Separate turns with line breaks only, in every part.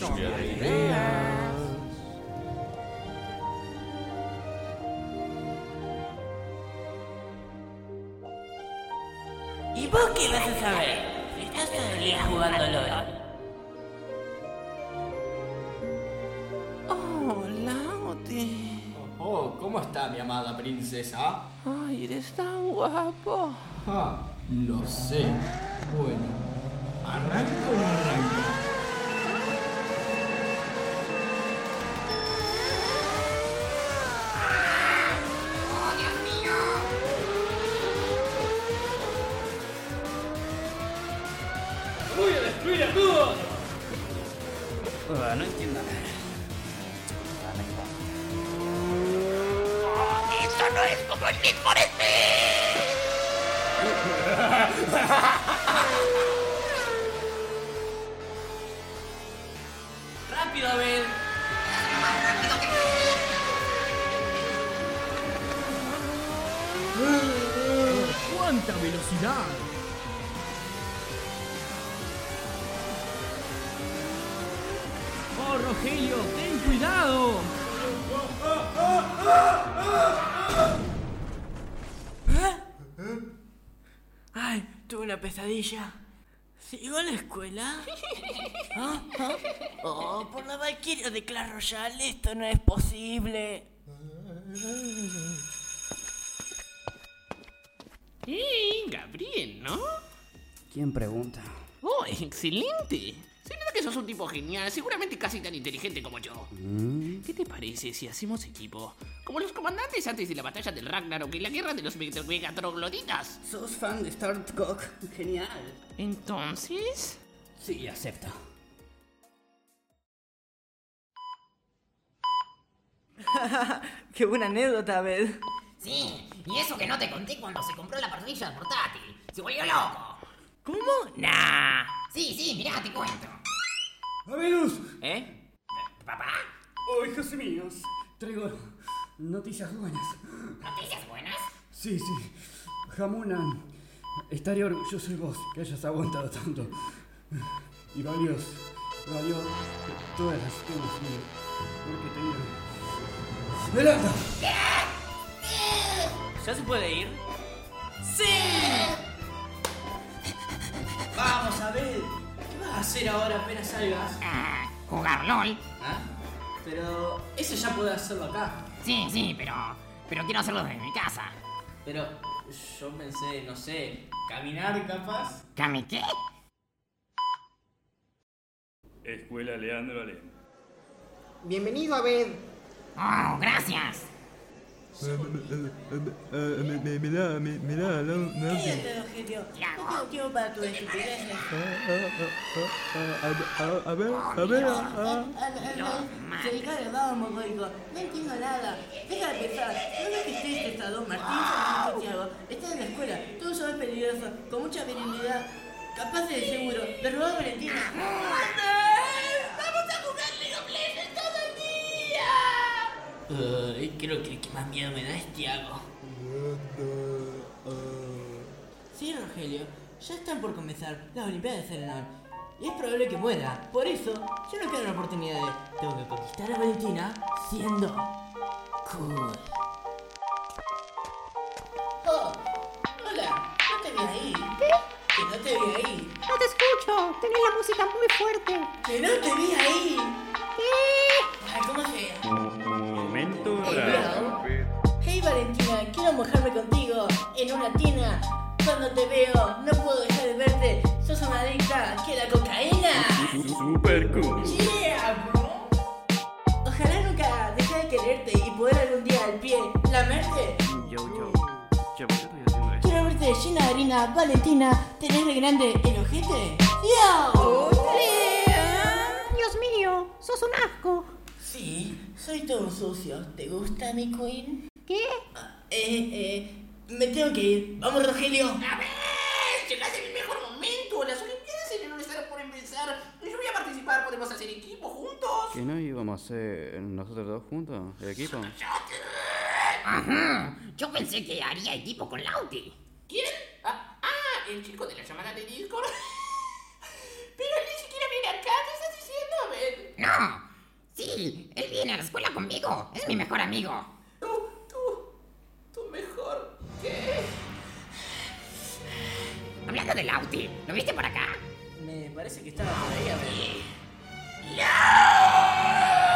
lluvia de ideas.
¿Y vos qué vas a saber? Si estás todo el día jugando LOL.
Hola, Oti.
Oh, ¿cómo está mi amada princesa?
Ay, eres tan guapo.
Ah, lo sé. Bueno, arranco o no arranco.
¡Voy a destruir a todos!
Ah, no entiendo nada. Ah, no importa.
¡Eso no es como el Need for Speed!
¡Rápido, Abel!
¡Cuánta velocidad! ¡Oh, Rogelio! ¡Ten cuidado!
Ay, tuve una pesadilla. ¿Sigo en la escuela? ¿Ah? ¿Ah? Oh, por la Valkyria de Clash Royale, esto no es posible.
¡Hey, Gabriel, ¿no?
¿Quién pregunta?
¡Oh, excelente! Se nota que sos un tipo genial, seguramente casi tan inteligente como yo. ¿Qué te parece si hacemos equipo? Como los comandantes antes de la batalla del Ragnarok y la guerra de los Mega- megatrogloditas.
¿Sos fan de Starcock? Genial.
Entonces...
Sí, acepto.
Qué buena anécdota, Abed.
Sí, y eso que no te conté cuando se compró la parrilla portátil. Se volvió loco.
¿Cómo?
Nah. Sí, sí, mirá, te cuento.
¡Abelus!
¿Eh? ¿Papá?
¡Oh, hijos míos! Traigo noticias buenas.
¿Noticias buenas?
Sí, sí. Jamuna, estaré orgulloso de vos que hayas aguantado tanto. Y valios, valió todas las que hemos tenido. Porque tenía... ¡Delata!
¿Ya se puede ir?
¡Sí! Vamos, Abel. ¿Qué vas a hacer ahora apenas salgas?
Ah, jugar LOL.
¿Ah? Pero eso ya puedo hacerlo acá.
Sí, sí, pero. Pero quiero hacerlo desde mi casa.
Pero yo pensé, no sé, caminar capaz.
¿Cami qué?
Escuela Leandro Alem.
Bienvenido, Abed.
Oh, gracias.
Me, me da, me, me da, no, no.
Rogelio. No tengo tiempo para tu estupidez.
A, a- a ver, a ver, ah, a, a-
Se cargado, mongólico. No entiendo nada. Deja de pensar. No es que estés estado Martín San Santiago. Está en la escuela. Todo eso es peligroso. Con mucha virilidad. Capaz de seguro. De robar Valentina. ¡Vamos a jugar League of Legends todo el día!
Ay, creo que el que más miedo me da es Tiago.
Sí, Rogelio. Ya están por comenzar las Olimpiadas de Serenón. Y es probable que muera. Por eso, yo no quiero oportunidades. Tengo que conquistar a Valentina siendo cool. Oh, hola. No te vi ahí. ¿Qué? Que no te vi ahí.
No te escucho, tenés la música muy fuerte. Eh.
Que no te vi ahí. Ay, ¿cómo se
Momento
Hello.
raro.
Hey Valentina, quiero mojarme contigo en una tina. Cuando te veo, no puedo dejar de verte. Sos una adicta que la cocaína.
Su- Super cool.
Yeah, bro. Ojalá nunca deje de quererte y poder algún día al pie lamerte.
Yo, yo. Yo, ¿por qué estoy haciendo esto?
Quiero verte llena de harina, Valentina. ¿Tenés de grande el ojete? ¡Yo!
Dios mío, sos un asco.
Sí, soy todo sucio. ¿Te gusta mi queen?
¿Qué?
Eh, eh, me tengo que ir. Vamos, Rogelio.
¡Llegaste en el mejor momento! Las Olimpiadas en no están por empezar. Yo voy a participar, podemos hacer equipo juntos.
¿Que no íbamos a ser nosotros dos juntos, el equipo?
Ajá. Yo pensé que haría equipo con Lauti.
¿Quién? Ah, ah, el chico de la llamada de Discord. Pero él ni siquiera viene acá, ¿qué estás diciendo, Abel?
No,
loco. Es mi mejor amigo.
Tú mejor que...
Hablando del Auti, ¿lo viste por acá?
Me parece que estaba por ahí, a ver.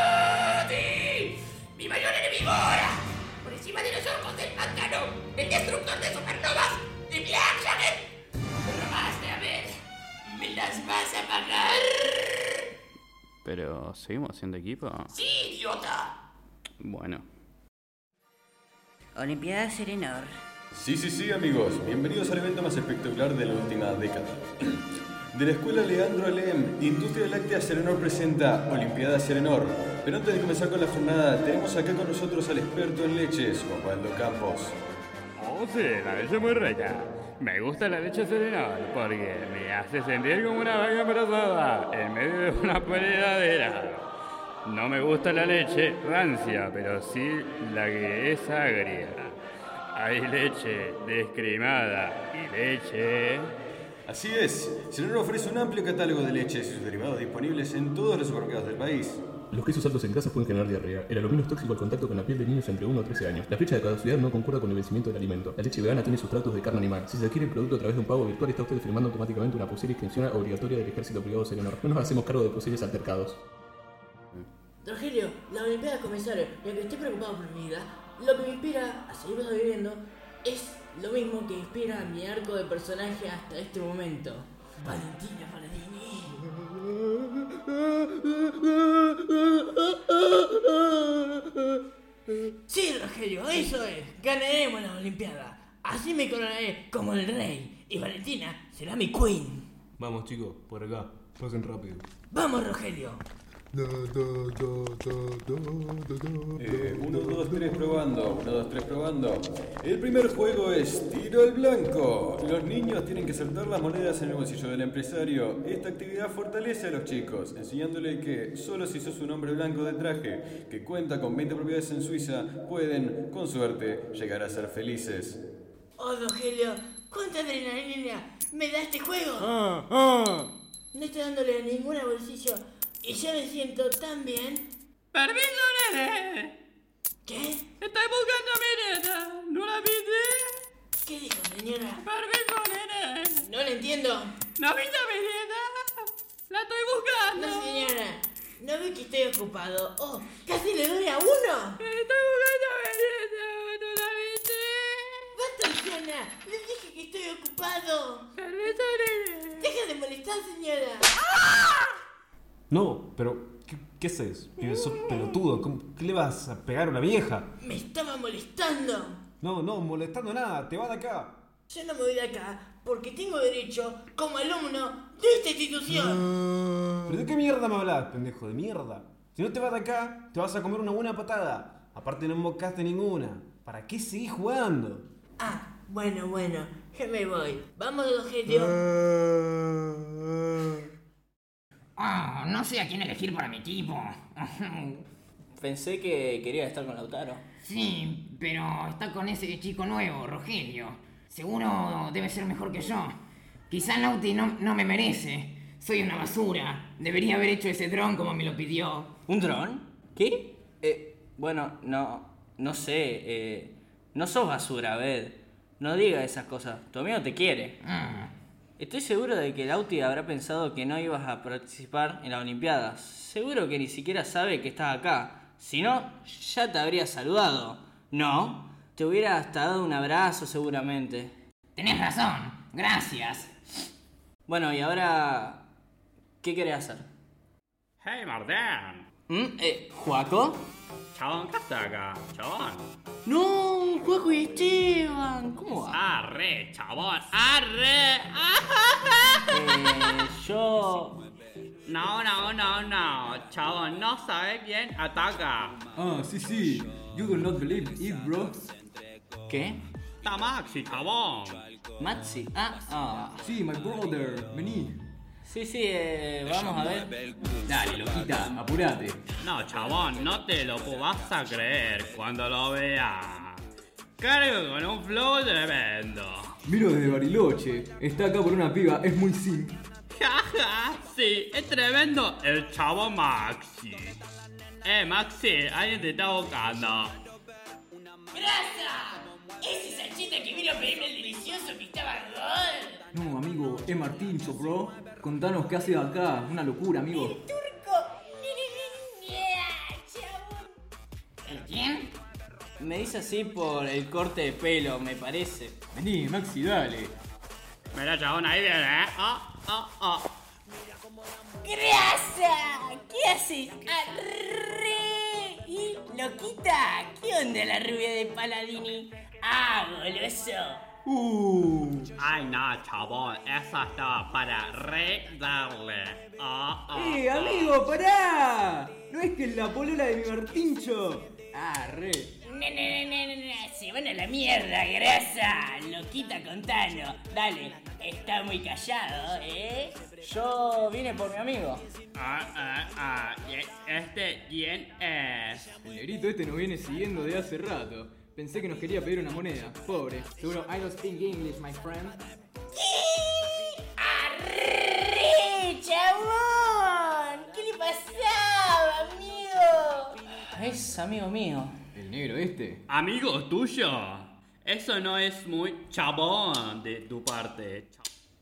¡Lauti! ¡Mi mayor enemigo ahora! ¡Por encima de los orcos del pantano! ¡El destructor de supernovas! ¡Y mi Janet! ¡Me robaste a ver! ¡Me las vas a pagar!
Pero, ¿seguimos siendo equipo?
¡Sí, idiota!
Bueno.
Olimpiada Serenor.
Sí, sí, sí, amigos. Bienvenidos al evento más espectacular de la última década. De la escuela Leandro Alem, Industria Láctea Serenor presenta Olimpiada Serenor. Pero antes de comenzar con la jornada, tenemos acá con nosotros al experto en leches, Osvaldo Campos.
Oh, sí, la leche muy rica. Me gusta la leche serenor porque me hace sentir como una vaca embarazada en medio de una heladera. No me gusta la leche rancia, pero sí la que es agria. Hay leche descremada y leche...
Así es, Serenor ofrece un amplio catálogo de leches y sus derivados disponibles en todos los supermercados del país.
Los quesos altos en grasa pueden generar diarrea. El aluminio es tóxico al contacto con la piel de niños entre 1 a 13 años. La fecha de caducidad no concuerda con el vencimiento del alimento. La leche vegana tiene sustratos de carne animal. Si se adquiere el producto a través de un pago virtual, está usted firmando automáticamente una posible inscripción obligatoria del Ejército Privado Serenor. No nos hacemos cargo de posibles altercados.
Rogelio, la Olimpiada comenzaron y aunque estoy preocupado por mi vida, lo que me inspira a seguir sobreviviendo es lo mismo que inspira a mi arco de personaje hasta este momento. Valentina Paladini. Sí, Rogelio, eso es. Ganaremos la Olimpiada. Así me coronaré como el rey. Y Valentina será mi queen.
Vamos, chicos, por acá. Pasen rápido.
Vamos, Rogelio.
Eh, 1, 2, 3 probando, 1, 2, 3 probando. El primer juego es tiro al blanco. Los niños tienen que soltar las monedas en el bolsillo del empresario. Esta actividad fortalece a los chicos, enseñándole que solo si sos un hombre blanco de traje, que cuenta con 20 propiedades en Suiza, pueden, con suerte, llegar a ser felices.
Oh, Rogelio, ¿cuánta adrenalina me da este juego?
Ah, ah.
No estoy dándole a ningún bolsillo y ya me siento tan bien.
Perdóname.
¿Qué?
eh. Estoy buscando a mi nena. ¿No la viste?
¿Qué dijo, señora?
Perdóname.
No la entiendo.
¿No viste a mi nena? La estoy buscando.
No, señora. No ve que estoy ocupado. Oh, casi le doy a uno.
Estoy buscando a mi nena. ¿No la viste?
Basta, anciana. Le dije que estoy ocupado.
Perdóname.
Deja de molestar, señora.
¡Ah!
No, pero ¿qué, qué haces? Pibe, sos pelotudo. ¿Cómo- ¿Qué le vas a pegar a una vieja?
Me estaba molestando.
No, no, molestando nada, te vas de acá.
Yo no me voy de acá porque tengo derecho, como alumno, de esta institución.
¿Pero de qué mierda me hablas, pendejo de mierda? Si no te vas de acá, te vas a comer una buena patada. Aparte no embocaste ninguna. ¿Para qué seguís jugando?
Bueno, bueno, ya me voy. Vamos, Rogelio.
Ah,
Oh, no sé a quién elegir para mi equipo.
Pensé que quería estar con Lautaro.
Sí, pero Oh, está con ese chico nuevo, Rogelio. Seguro debe ser mejor que yo. Quizá Nauti no, no me merece. Soy una basura. Debería haber hecho ese dron como me lo pidió.
¿Un dron? ¿Qué? Eh, bueno, no, no sé. eh, no sos basura, Ved. No digas esas cosas. Tu amigo te quiere.
Mm.
Estoy seguro de que el Auti habrá pensado que no ibas a participar en la Olimpiada. Seguro que ni siquiera sabe que estás acá. Si no, ya te habría saludado. ¿No? Te hubiera hasta dado un abrazo seguramente.
Tenés razón. Gracias.
Bueno, y ahora... ¿Qué querés hacer?
¡Hey, Martín!
¿Mm? Eh, ¿Juaco?
Chabón, ¿qué haces acá? Chabón.
No, Juaco y Esteban. ¿Cómo va?
¡Arre, Ah, chabón! Ah, ¡Arre!
Eh,
yo...
No, no, no, no. Chabón, no sabes bien. Ataca.
Ah, sí, sí. You will not believe it, bro.
¿Qué?
Está Maxi, chabón.
Maxi. Ah, ah.
Sí, my brother. Vení.
Sí, sí, eh, vamos a ver.
Dale, loquita, apurate.
No, chabón, no te lo vas a creer cuando lo veas. Cargo con un flow tremendo.
Miro desde Bariloche. Está acá por una piba, es muy sim.
Jaja, sí, es tremendo el chavo Maxi. Eh, Maxi, alguien te está buscando.
¡Grasa! ¡Ese es el chiste que vino a pedirme el delicioso que estaba gol!
No, amigo, es Martín, bro. Contanos qué haces acá. Una locura, amigo.
¿Quién? Me dice así por el corte de pelo, me parece. Vení, Maxi, dale.
Mirá, chabón, ahí viene, eh. Ah, ah, ah.
¡Grasa! ¿Qué haces? ¡Arre! Eh, ¿Y loquita? ¿Qué onda la rubia de Paladini? ¡Ah, goloso!
Uh. Ay, no, chabón, esa estaba para re darle. Ah, ah,
¡Eh,
ah.
amigo, pará! ¿No es que es la polola de mi Martincho? Ah, re.
No, no, no, no, no, no, se van a la mierda, grasa. Loquita, contalo. Dale, está muy callado, ¿eh?
Yo vine por mi amigo.
Ah, ah, ah. ¿Y ¿Este quién es?
El negrito este nos viene siguiendo de hace rato. Pensé que nos quería pedir una moneda. Pobre. Seguro, I don't speak English, my friend.
¡Arre, chabón! ¿Qué le pasaba, amigo?
Es amigo mío.
¿El negro este?
Amigo tuyo. Eso no es muy chabón de tu parte.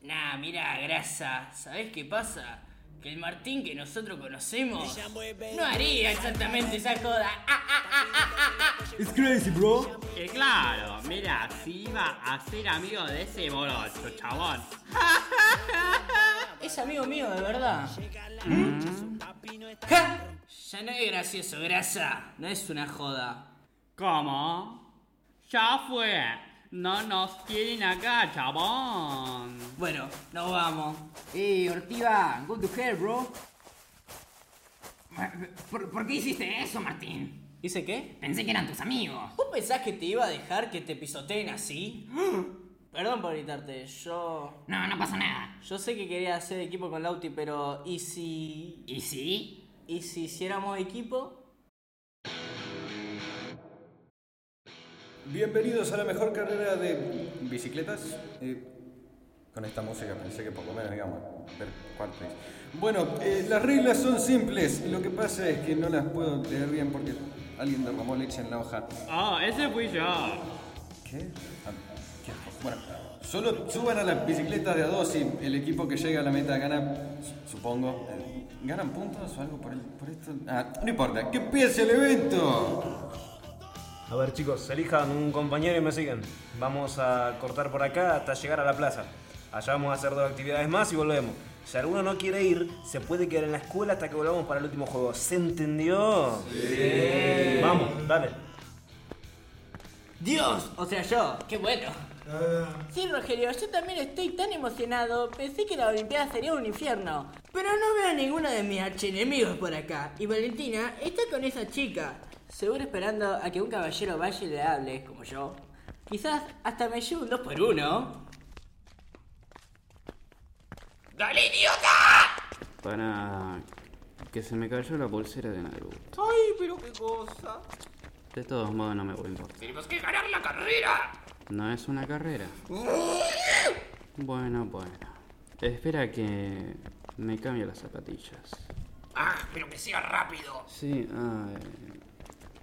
Nah, mira, grasa. ¿Sabés qué pasa? Que el Martín que nosotros conocemos no haría exactamente esa joda. Ah,
It's crazy, bro.
Eh, claro, mira, si iba a ser amigo de ese morocho, chabón.
es amigo mío, de verdad. Ya no es gracioso, grasa. No es una joda.
¿Cómo? Ya fue. No nos quieren acá, chabón.
Bueno, nos vamos.
Eh, Ortiva, go to hell, bro. ¿Por, por qué hiciste eso, Martín?
¿Hice qué?
Pensé que eran tus amigos.
¿Vos pensás que te iba a dejar que te pisoteen así? Perdón por gritarte, yo.
¡Ah! No, no pasa nada.
Yo sé que quería hacer equipo con Lauti, pero. ¿Y si.?
¿Y si?
¿Y si hiciéramos equipo?
Bienvenidos a la mejor carrera de bicicletas. Eh, con esta música pensé que por lo menos digamos ver cuánto es. Bueno, eh, las reglas son simples. Lo que pasa es que no las puedo leer bien porque alguien derramó leche en la hoja.
Ah, ese fui yo.
¿Qué? Ah, qué asco. Bueno, solo suban a las bicicletas de a dos y el equipo que llega a la meta gana, su- supongo. Eh, ¿Ganan puntos o algo por, el- por esto? Ah, no importa. ¡Que empiece el evento!
A ver chicos, elijan un compañero y me siguen. Vamos a cortar por acá hasta llegar a la plaza. Allá vamos a hacer dos actividades más y volvemos. Si alguno no quiere ir, se puede quedar en la escuela hasta que volvamos para el último juego. ¿Se entendió? Sí. Vamos, dale.
¡Dios! O sea, yo. ¡Qué bueno!
Eh.
Sí, Rogelio, yo también estoy tan emocionado. Pensé que la Olimpiada sería un infierno.
Pero no veo a ninguno de mis archienemigos por acá. Y Valentina está con esa chica.
Seguro esperando a que un caballero vaya y le hable, como yo. Quizás hasta me lleve un 2 por 1
¡Dale, idiota!
Para que se me cayó la pulsera de Naruto.
¡Ay, pero qué cosa!
De todos modos no me voy a importar.
¡Tenemos que ganar la carrera!
No es una carrera. Bueno, bueno. Espera que me cambie las zapatillas.
¡Ah, pero que sea rápido!
Sí, ah, eh,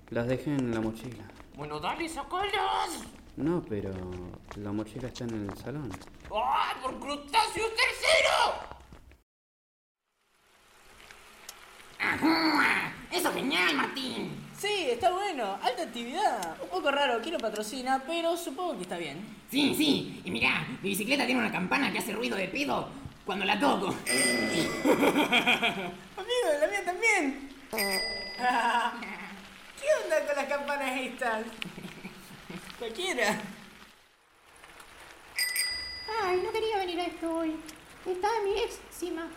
las dejé en la mochila.
Bueno, dale, socolos.
No, pero la mochila está en el salón.
¡Ah, por crustáceos tercero!
¡Eso es genial, Martín!
Sí, está bueno. Alta actividad. Un poco raro, quiero patrocina, pero supongo que está bien.
Sí, sí. Y mirá, mi bicicleta tiene una campana que hace ruido de pedo cuando la toco.
Amigo, la mía también. ¿Qué onda con las campanas estas? Cualquiera.
Ay, no quería venir a esto hoy. Estaba mi ex encima.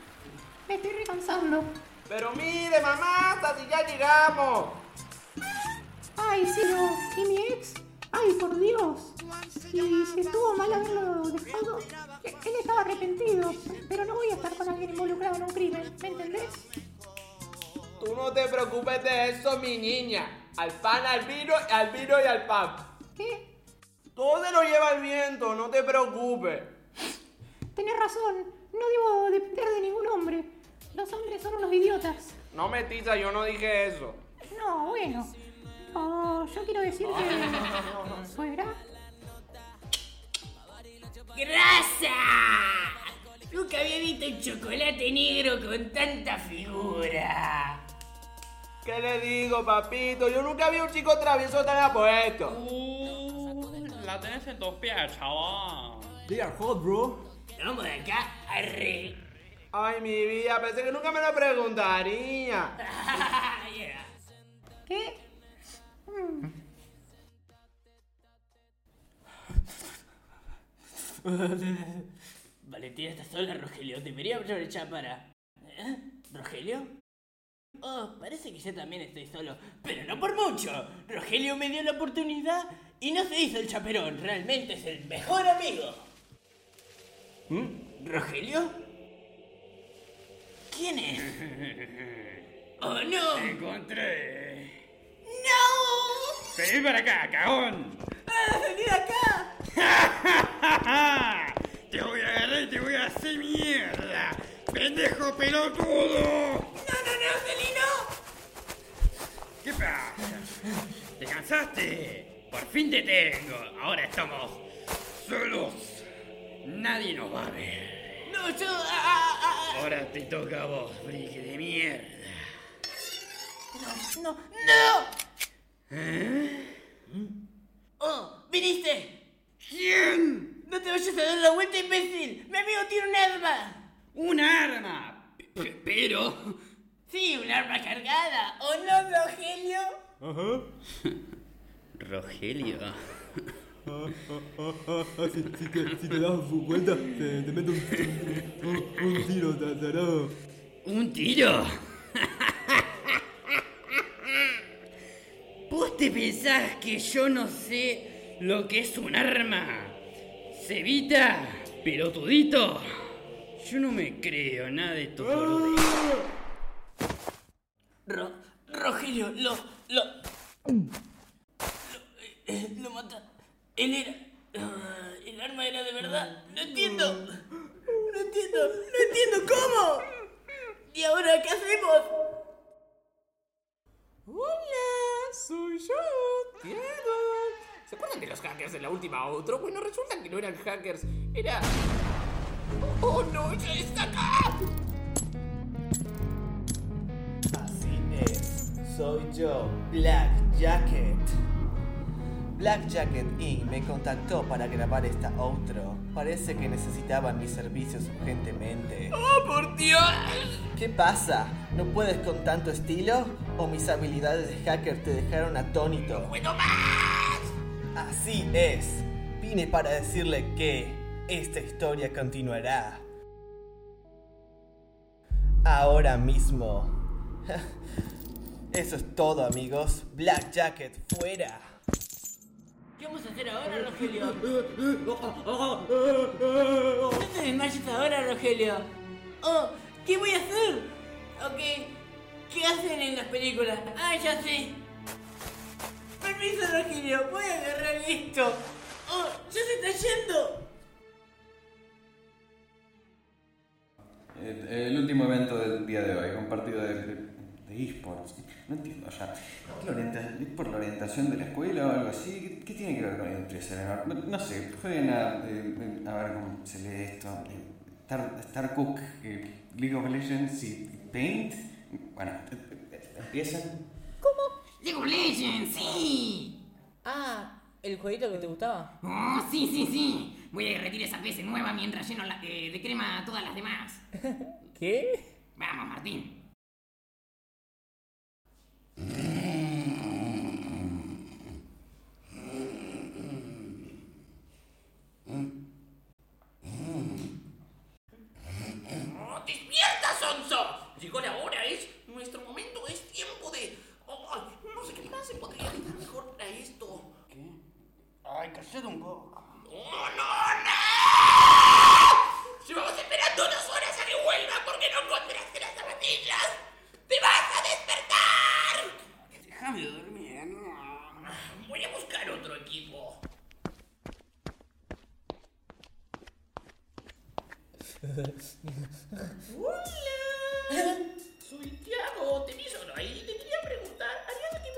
Me estoy recansando.
Pero mire, mamá, si ya llegamos.
Ay, sí, no. ¿Y mi ex? Ay, por Dios. Y si estuvo mal haberlo dejado, eh, él estaba arrepentido. Pero no voy a estar con alguien involucrado en un crimen, ¿me entendés?
Tú no te preocupes de eso, mi niña. Al pan, al vino, al vino y al pan.
¿Qué?
Todo se lo lleva el viento, no te preocupes.
Tenés razón. No debo depender de ningún hombre. Los hombres son unos idiotas.
No metiza, yo no dije eso.
No, bueno. No, yo quiero decir que. ¿Fuera?
¡Grasa! Nunca había visto un chocolate negro con tanta figura.
¿Qué le digo, papito? Yo nunca vi un chico travieso tan apuesto.
Uh.
La tenés en tus pies, chabón.
They are hot, bro.
Vamos de acá, arre.
Ay, mi vida, pensé que nunca me lo preguntaría.
¿Qué? Mm,
Valentina está sola, Rogelio. Debería aprovechar para. ¿Eh? ¿Rogelio? Oh, parece que yo también estoy solo, pero no por mucho. Rogelio me dio la oportunidad y no se hizo el chaperón. Realmente es el mejor amigo. ¿Mm? ¿Rogelio? ¿Quién es? ¡Oh, no!
Te encontré.
¡No!
Vení para acá, cagón.
¡Venid acá!
Te voy a agarrar y te voy a hacer mierda. ¡Pendejo pelotudo!
¡No, no, no, Celino!
¿Qué pasa? Ah, ¿Te cansaste? Por fin te tengo. Ahora estamos solos. Nadie nos va a ver.
No, yo. ah, ah,
Ahora te toca a vos, brique de mierda.
ah. ¡No, no, no! ¿Eh? ¡Oh, viniste! ¿Quién? No te vayas a dar la vuelta, imbécil. Mi amigo tiene un arma.
¡Un arma! Pero...
Sí, un arma cargada. ¿O no, Rogelio?
Ajá.
Rogelio.
Ah, ah, ah, ah, ah, si, si te, si te das cuenta, te, te meto un, un- un tiro, ta- tarado.
¿Un tiro? ¿Vos te pensás que yo no sé lo que es un arma? Cevita, pelotudito. Yo no me creo nada de tu
Ro- Rogelio, lo. lo.
Eh, Lo mata. Él era. Ah, el arma era de verdad. No entiendo. No entiendo. No entiendo cómo. ¿Y ahora qué hacemos?
Hola, soy yo, Diego. ¿Se acuerdan de los hackers de la última otro? Bueno, resulta que no eran hackers, era. ¡Oh no! ¡Ya está acá!
Así es, Eh, soy yo, Black Jacket. Black Jacket Inc. me contactó para grabar esta outro. Parece que necesitaban mis servicios urgentemente.
¡Oh, por Dios!
¿Qué pasa? ¿No puedes con tanto estilo? ¿O mis habilidades de hacker te dejaron atónito?
¡Puedo más!
Así es, vine para decirle que esta historia continuará. Ahora mismo. Eso es todo, amigos. Black Jacket fuera.
¿Qué vamos a hacer ahora, Rogelio?
No te desmayes ahora, Rogelio. Oh, ¿qué voy a hacer? Ok, ¿qué hacen en las películas? Ah, ya sé. Permiso, Rogelio, voy a agarrar esto. Oh, ya se está yendo.
Eh, El último evento del día de hoy, un partido de, de, de esports. No entiendo ya. ¿Qué orienta- ¿Es por la orientación de la escuela o algo así? ¿Qué, qué tiene que ver con el interés? No, no sé, jueguen a, eh, a ver cómo se lee esto. eh, Star, Star Cook, eh, League of Legends y Paint. Bueno, empiezan.
League of Legends,
sí.
Ah, ¿el jueguito que te gustaba?
¡Oh, sí, sí, sí! Voy a derretir esa PC nueva mientras lleno la- eh, de crema a todas las demás.
¿Qué?
Vamos, Martín.
¡Oh, Oh, ¡Despierta, Sonso! Llegó la hora, es nuestro momento, es tiempo de. Ay, no sé qué más se podría hacer mejor a esto.
Ay, callate un poco.
¡Oh, no, no! Llevamos esperando unas horas a que vuelva porque no encontraste las zapatillas. ¡Te vas a despertar! Déjame dormir. Voy a buscar otro equipo. ¡Hola! Soy Tiago, te vi solo ahí. Te quería preguntar, ¿harías aquí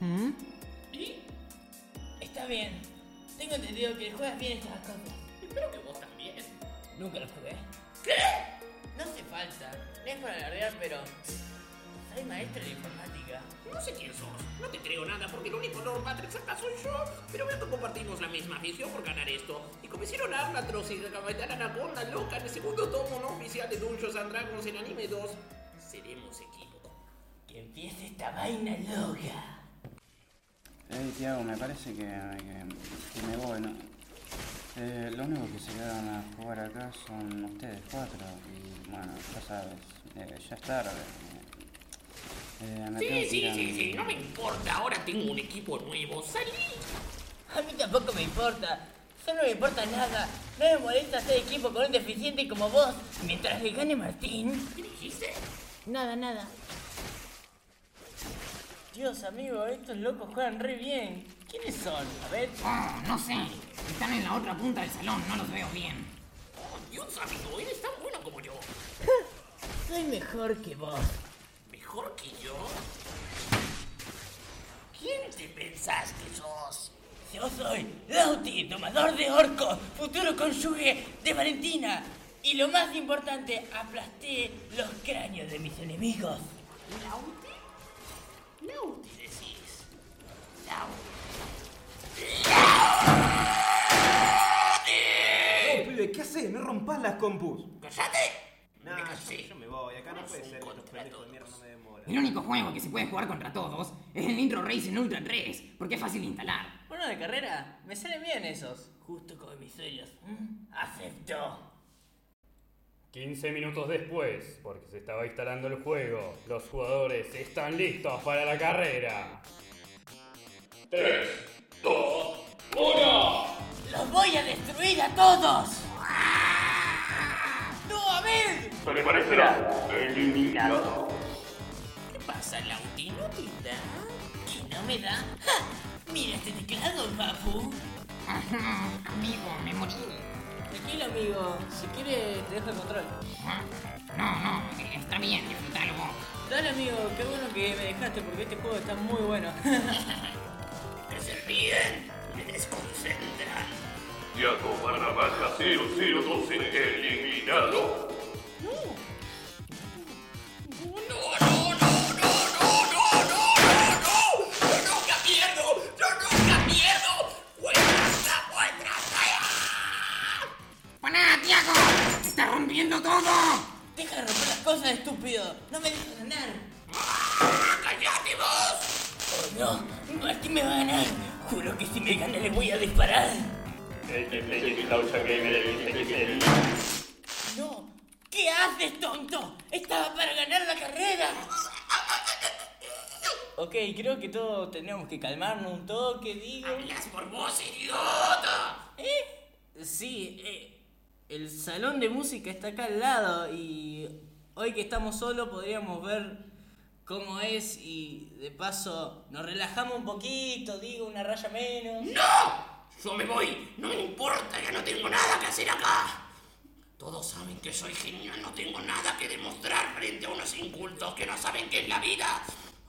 ¿Mm? Está bien. Tengo entendido que juegas bien estas cosas.
Espero que vos también. Nunca lo jugué.
No hace falta. No es para alardear, pero. Soy maestro de informática.
No sé quién sos. No te creo nada porque el único Lord Patrick cerca soy yo. Pero veo que compartimos la misma afición por ganar esto. Y convencieron a Arlatros y recapitularon a Anaconda Loca en el segundo tomo no oficial de Dungeons and Dragons en Anime 2. Seremos equipo. Que empiece esta vaina loca.
Hey, Tiago, me parece que, que- que me voy, ¿no? Eh, los únicos que se quedan a jugar acá son ustedes cuatro. Y bueno, ya sabes, eh, ya es tarde. Eh, me tengo
Sí,
que ir
sí,
a
sí,
mi-
sí, no me importa. Ahora tengo un equipo nuevo. Salí.
A mí tampoco me importa. Solo me importa nada. No me molesta hacer equipo con un deficiente como vos. Mientras le gane Martín.
¿Qué dijiste?
Nada, nada. Dios, amigo, estos locos juegan re bien. ¿Quiénes son? A ver.
Oh, no sé. Están en la otra punta del salón, no los veo bien.
Dios, amigo, eres tan bueno como yo.
Soy mejor que vos.
¿Mejor que yo? ¿Quién te pensás que sos?
Yo soy Lauti, domador de orcos, futuro cónyuge de Valentina. Y lo más importante, aplasté los cráneos de mis enemigos.
¿Lauti? ¿Lauti decís?
No, pibe, ¿qué haces? No rompas las compus.
¡Cállate!
No, yo, yo me voy. Acá no puede ser que estos pendejos de mierda no me demoran.
El único juego que se puede jugar contra todos es el Intro Racing Ultra 3, porque es fácil de instalar.
Bueno, de carrera, me salen bien esos. Justo como mis sueños. ¿Mm? Acepto.
15 minutos después, porque se estaba instalando el juego, los jugadores están listos para la carrera. 3, 2, 1.
¡Los voy a destruir a todos! ¡No, a ver!
Permanecerá eliminado.
¿Qué pasa, Lauti? ¿No te da?
¿Que no me da? ¡Ja! ¡Mira este teclado, papu!
amigo, me morí.
Tranquilo, amigo. Si quieres, te dejo el control.
No, no, eh, Ah, está bien, disfrutalo vos.
Dale, amigo. Qué bueno que me dejaste porque este juego está muy bueno.
Me servían, me desconcentran.
Diaco Barrabaja 0012 eliminado.
¡Nunca pierdo! ¡Yo nunca pierdo! ¡Vuelta, vuelta!
¡Paná, Tiago! ¡Se está rompiendo todo!
¡Deja de romper las cosas, estúpido! ¡No me dejes ganar!
¡Ah,
¡Cállate vos!
Oh, No, Martín me va a ganar. Juro que si me gana le voy a disparar. ¡No! ¿Qué haces, tonto? ¡Estaba para ganar la carrera! Ok, creo que todos tenemos que calmarnos un toque, digo. ¡Hablas por vos, idiota! ¿Eh? Sí, eh, el salón de música está acá al lado y hoy que estamos solos podríamos ver cómo es y de paso nos relajamos un poquito, digo, una raya menos.
¡No! Yo me voy. No me importa, ya no tengo nada que hacer acá. Todos saben que soy genial, no tengo nada que demostrar frente a unos incultos que no saben qué es la vida.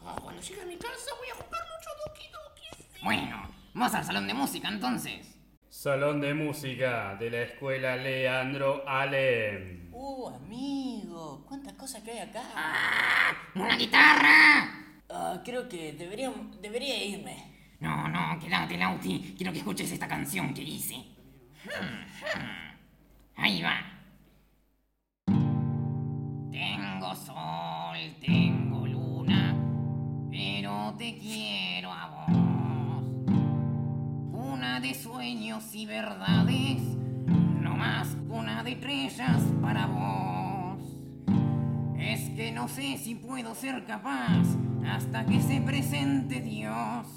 Ah, cuando llegue a mi casa voy a jugar mucho Doki Doki.
Bueno, vamos al salón de música entonces.
Salón de música de la escuela Leandro Alem.
Uh, amigo, cuántas cosas que hay acá.
¡Una guitarra!
Ah, creo que deberíamos, debería irme.
No, no, quédate, Lauti. Quiero que escuches esta canción que hice. Hmm, Ahí va. Tengo sol, tengo luna, pero te quiero a vos. Una de sueños y verdades, no más una de estrellas para vos. Es que no sé si puedo ser capaz hasta que se presente Dios.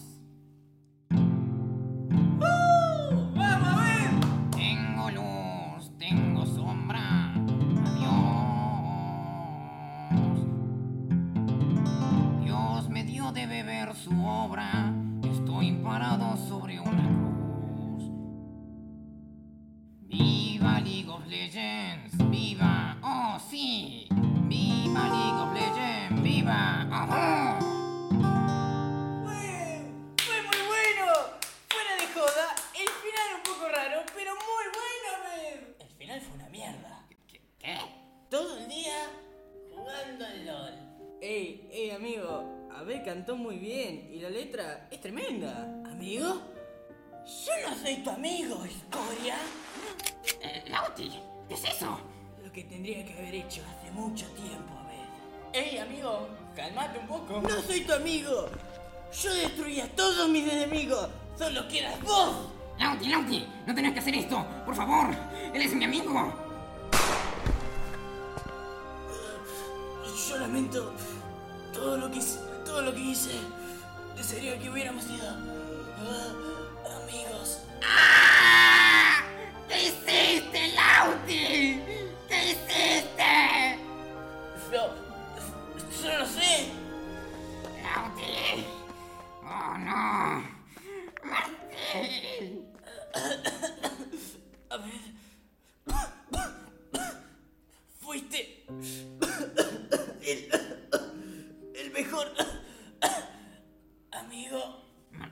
¡Uh! ¡Vamos a ver! Tengo luz, tengo sombra. Adiós. Dios me dio de beber su obra. Estoy parado sobre una cruz. Viva League of Legends, viva. Oh, sí. Viva League of Legends, viva. oh, ¡Ajá!
¡Fue muy bueno! ¡Fuera de joda! ¿Amigo? Yo no soy tu amigo, escoria.
Eh,
Lauti, ¿qué es eso?
Lo que tendría que haber hecho hace mucho tiempo, Abed.
¡Ey, amigo! ¡Calmate un poco!
¡No soy tu amigo! ¡Yo destruí a todos mis enemigos! ¡Solo quedas vos!
Lauti, Lauti, no tenés que hacer esto, por favor. Él es mi amigo.
Yo lamento todo lo que hice, todo lo que hice. Desearía que hubiéramos sido ah, amigos.
¿Qué hiciste, Lauti? ¿Qué hiciste?
Yo, yo no sé.
Lauti. Oh, no. Martín.
A ver. Fuiste el, el mejor amigo.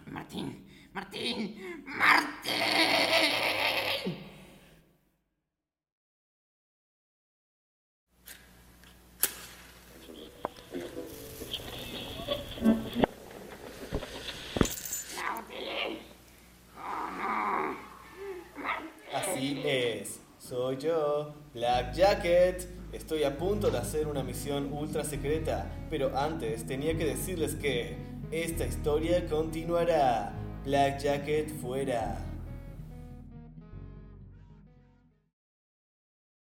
Martín. Martín. Martín. Lauti. Oh, no.
Así es, soy yo, Black Jacket. Estoy a punto de hacer una misión ultra secreta, pero antes tenía que decirles que esta historia continuará. Black Jacket fuera.